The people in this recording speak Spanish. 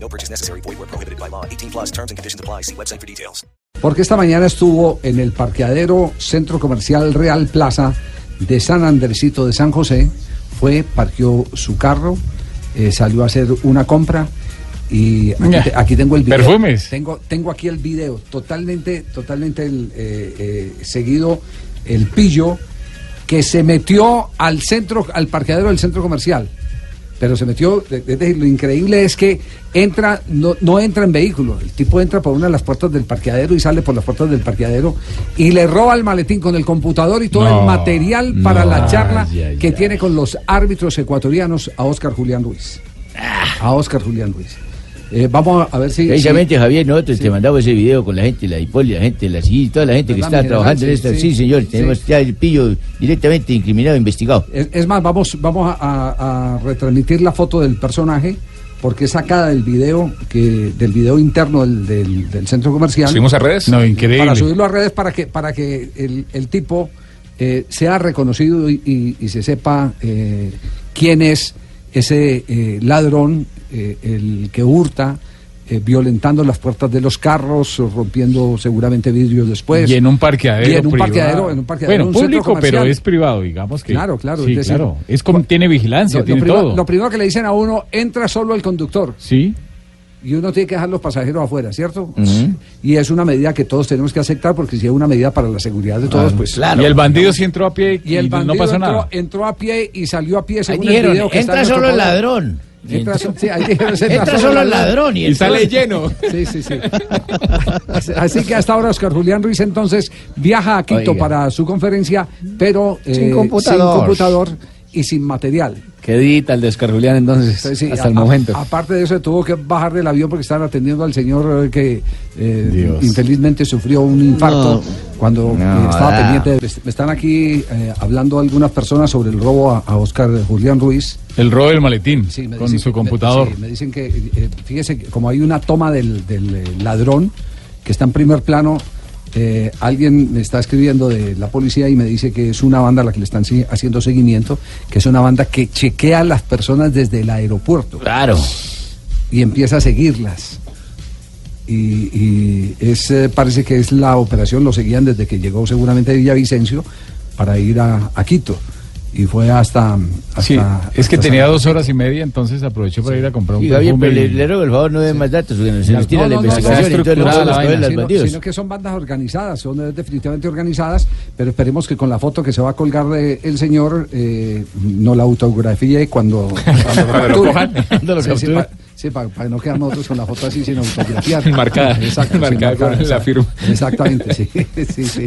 No purchase necessary. Void where prohibited by law. 18 plus terms and conditions apply. See website for details. Porque esta mañana estuvo en el parqueadero Centro Comercial Real Plaza de San Andresito de San José. Fue, parqueó su carro, eh, salió a hacer una compra y aquí, te- aquí tengo el video. Perfumes. Tengo, tengo aquí el video, totalmente, totalmente el, eh, eh, seguido el pillo que se metió al centro, al parqueadero del centro comercial. Pero se metió, de- es decir, lo increíble es que entra, no, no entra en vehículo. El tipo entra por una de las puertas del parqueadero y sale por las puertas del parqueadero y le roba el maletín con el computador y todo No, el material para no, la charla ay, ay, que ay. tiene con los árbitros ecuatorianos a Oscar Julián Ruiz. A Oscar Julián Ruiz. Eh, vamos a ver si. si- Precisamente, Javier, nosotros te mandamos ese video con la gente, la Hipólita, la gente, la CID, toda la gente que La está mineral, trabajando sí, en esto. sí. Sí, señor, tenemos Sí. ya el pillo directamente incriminado, investigado. Es, es más, vamos, vamos a, a- a retransmitir la foto del personaje porque es sacada del video que del video interno del, del- del centro comercial. ¿Subimos a redes? No, increíble. Para subirlo a redes para que para que el, el tipo eh, sea reconocido y, y- y se sepa eh, quién es ese eh, ladrón, eh, el que hurta. eh, violentando las puertas de los carros, rompiendo seguramente vidrios después. y en un parqueadero pues. Y en un privado. parqueadero, en un parqueadero, bueno, en un centro público, pero comercial. es privado, digamos que. Claro, claro, Sí, es decir, claro. Es como, tiene vigilancia, Lo- lo, tiene prima- todo. lo primero que le dicen a uno, entra solo el conductor. Sí. Y uno tiene que dejar los pasajeros afuera, ¿cierto? Y es una medida que todos tenemos que aceptar porque si es una medida para la seguridad de todos, pues. y el bandido sí entró a pie y, Y el bandido no pasó entró, nada. entró a pie y salió a pie Ahí según el dijeron, video que está entra en nuestro solo el poder. ladrón. Entra, so- sí, ahí dijeron, Entra solo el ladrón y Y sale entonces- Sí, lleno. sí, sí. Así- Así que hasta ahora Oscar Julián Ruiz entonces viaja a Quito Oiga. para su conferencia, pero eh, Sin computador. sin computador y sin material. ¿Qué edita el de Oscar Julián entonces? Entonces, sí, hasta a- el momento. a- Aparte de eso, tuvo que bajar del avión porque estaban atendiendo al señor eh, que eh, infelizmente sufrió un infarto cuando No, eh, ah. estaba da. pendiente. de- Me están aquí eh, hablando algunas personas sobre el robo a, a Oscar Julián Ruiz. El robo del maletín Sí, me con dicen- su me- computador. sí, Me, dicen que, eh, fíjese, que como hay una toma del, del, eh, ladrón que está en primer plano. eh, alguien me está escribiendo de la policía y me dice que es una banda a la que le están si- haciendo seguimiento, que es una banda que chequea a las personas desde el aeropuerto Claro. y empieza a seguirlas. Y, y es, eh, parece que es la operación, lo seguían desde que llegó seguramente de Villavicencio para ir a, a Quito. Y fue hasta... hasta- Sí, es que hasta tenía San- dos horas y media, entonces aprovechó para ir a comprar un Y Javier, perfume pero le, y- le ruego el favor, no den más datos, porque nos No, estira no, la no, investigación. no, entonces no, no no, vamos a no, coger no, los sino, bandidos. sino que son bandas organizadas, son eh, definitivamente organizadas, pero esperemos que con la foto que se va a colgar eh, el señor eh, no la autografíe cuando, cuando Cuando lo capturen. cojan, cuando lo Sí, sí, capturen. pa- sí, para que no quedamos nosotros con la foto así sin autografiar. Marcada, Exacto, sí, marcada con la exacto. firma. Exactamente, sí, sí, sí.